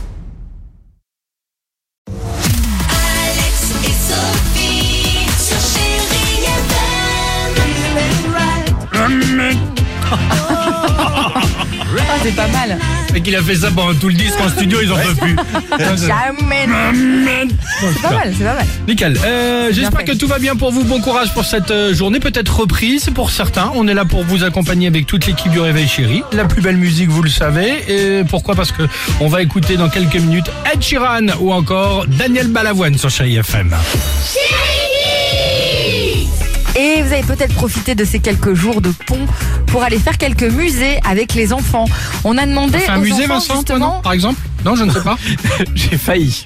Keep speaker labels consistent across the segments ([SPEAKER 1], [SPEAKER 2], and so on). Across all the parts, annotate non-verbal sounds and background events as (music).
[SPEAKER 1] Alex et Sophie sur Chérie FM.
[SPEAKER 2] Ah, c'est pas mal.
[SPEAKER 3] Et qu'il a fait ça pendant tout le disque en studio, ils en
[SPEAKER 2] (laughs)
[SPEAKER 3] peuvent plus.
[SPEAKER 2] Jamais. C'est pas mal, c'est pas mal.
[SPEAKER 3] Nickel. Euh, J'espère
[SPEAKER 2] fait.
[SPEAKER 3] que tout va bien pour vous. Bon courage pour cette euh, journée, peut-être reprise pour certains. On est là pour vous accompagner avec toute l'équipe du Réveil Chéri. La plus belle musique, vous le savez. Et pourquoi Parce que on va écouter dans quelques minutes Ed Sheeran ou encore Daniel Balavoine sur Chéri FM.
[SPEAKER 2] Et vous avez peut-être profité de ces quelques jours de pont pour aller faire quelques musées avec les enfants. On a demandé
[SPEAKER 3] C'est un
[SPEAKER 2] aux
[SPEAKER 3] musée,
[SPEAKER 2] enfants,
[SPEAKER 3] Vincent, toi, non
[SPEAKER 2] justement.
[SPEAKER 3] Par exemple Non, je ne
[SPEAKER 2] (laughs)
[SPEAKER 3] sais pas. Ah bah,
[SPEAKER 4] J'ai failli.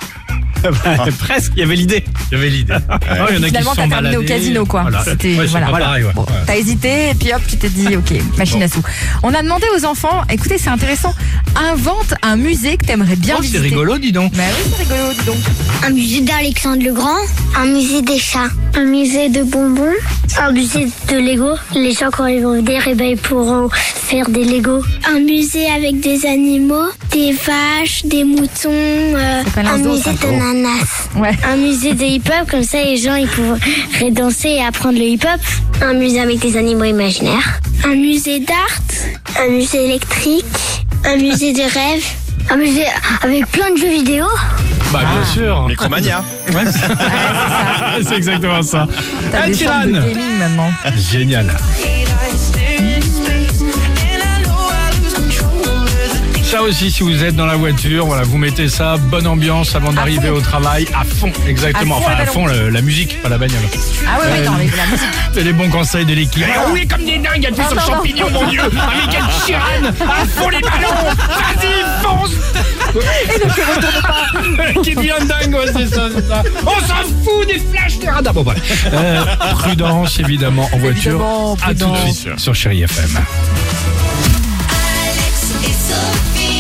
[SPEAKER 2] Ah.
[SPEAKER 4] Presque, il y avait l'idée.
[SPEAKER 3] Il y avait l'idée. Ah, il y en a qui
[SPEAKER 2] Finalement,
[SPEAKER 3] se
[SPEAKER 2] t'as
[SPEAKER 3] sont
[SPEAKER 2] terminé
[SPEAKER 3] baladés.
[SPEAKER 2] au casino, quoi.
[SPEAKER 3] Voilà.
[SPEAKER 2] C'était-
[SPEAKER 3] Ouais, c'est
[SPEAKER 2] voilà.
[SPEAKER 3] pas
[SPEAKER 2] voilà.
[SPEAKER 3] pareil, ouais.
[SPEAKER 2] Bon,
[SPEAKER 3] Ouais.
[SPEAKER 2] T'as hésité, et puis hop, tu t'es dit, ok, machine à sous. On a demandé aux enfants, écoutez, c'est intéressant, invente un musée que t'aimerais bien
[SPEAKER 3] Oh, c'est
[SPEAKER 2] visiter.
[SPEAKER 3] rigolo, dis donc.
[SPEAKER 2] Bah oui, c'est rigolo, dis donc.
[SPEAKER 5] Un musée d'Alexandre le Grand. Un musée des chats. Un musée de bonbons. Un musée de Lego. Les gens, quand ils vont venir, eh ben, ils pourront faire des Lego. Un musée avec des animaux. Des vaches, des moutons. euh,
[SPEAKER 2] C'est pas
[SPEAKER 5] un
[SPEAKER 2] l'un
[SPEAKER 5] musée
[SPEAKER 2] d'autre, hein.
[SPEAKER 5] d'ananas.
[SPEAKER 2] Ouais.
[SPEAKER 5] Un musée de hip-hop, comme ça les gens ils pourraient danser et apprendre le hip-hop. Un musée avec des animaux imaginaires. Un musée d'art. Un musée électrique. Un musée de rêve. Un musée avec plein de jeux vidéo.
[SPEAKER 3] Bah,
[SPEAKER 2] Ah.
[SPEAKER 3] bien sûr.
[SPEAKER 6] Micromania.
[SPEAKER 3] c'est exactement ça.
[SPEAKER 2] T'as
[SPEAKER 3] Ed
[SPEAKER 2] des formes de
[SPEAKER 3] Sheeran.
[SPEAKER 2] gaming maintenant.
[SPEAKER 3] Génial. Ça aussi, si vous êtes dans la voiture, voilà, vous mettez ça, bonne ambiance avant d'arriver
[SPEAKER 2] fond.
[SPEAKER 3] au travail, à fond, exactement.
[SPEAKER 2] À fond,
[SPEAKER 3] enfin,
[SPEAKER 2] la
[SPEAKER 3] à fond, le- la musique, pas la bagnole.
[SPEAKER 2] Ah ouais, ouais,
[SPEAKER 3] Euh,
[SPEAKER 2] non, mais la musique.
[SPEAKER 3] C'est les bons conseils de l'équipe. Ah oui, comme des dingues, elle fait son
[SPEAKER 2] non, non.
[SPEAKER 3] champignon, mon dieu. Ah, Avec Ed Sheeran, à fond les ballons. Vas-y, fonce. (laughs) Qui devient dingue, ouais, c'est ça, c'est ça. On s'en fout des flashs, des radars. Bon, bref. Euh, prudence, évidemment, en voiture.
[SPEAKER 2] Évidemment,
[SPEAKER 3] à tout de
[SPEAKER 2] prudence.
[SPEAKER 3] suite sur Chéri FM.
[SPEAKER 1] Alex et Sophie.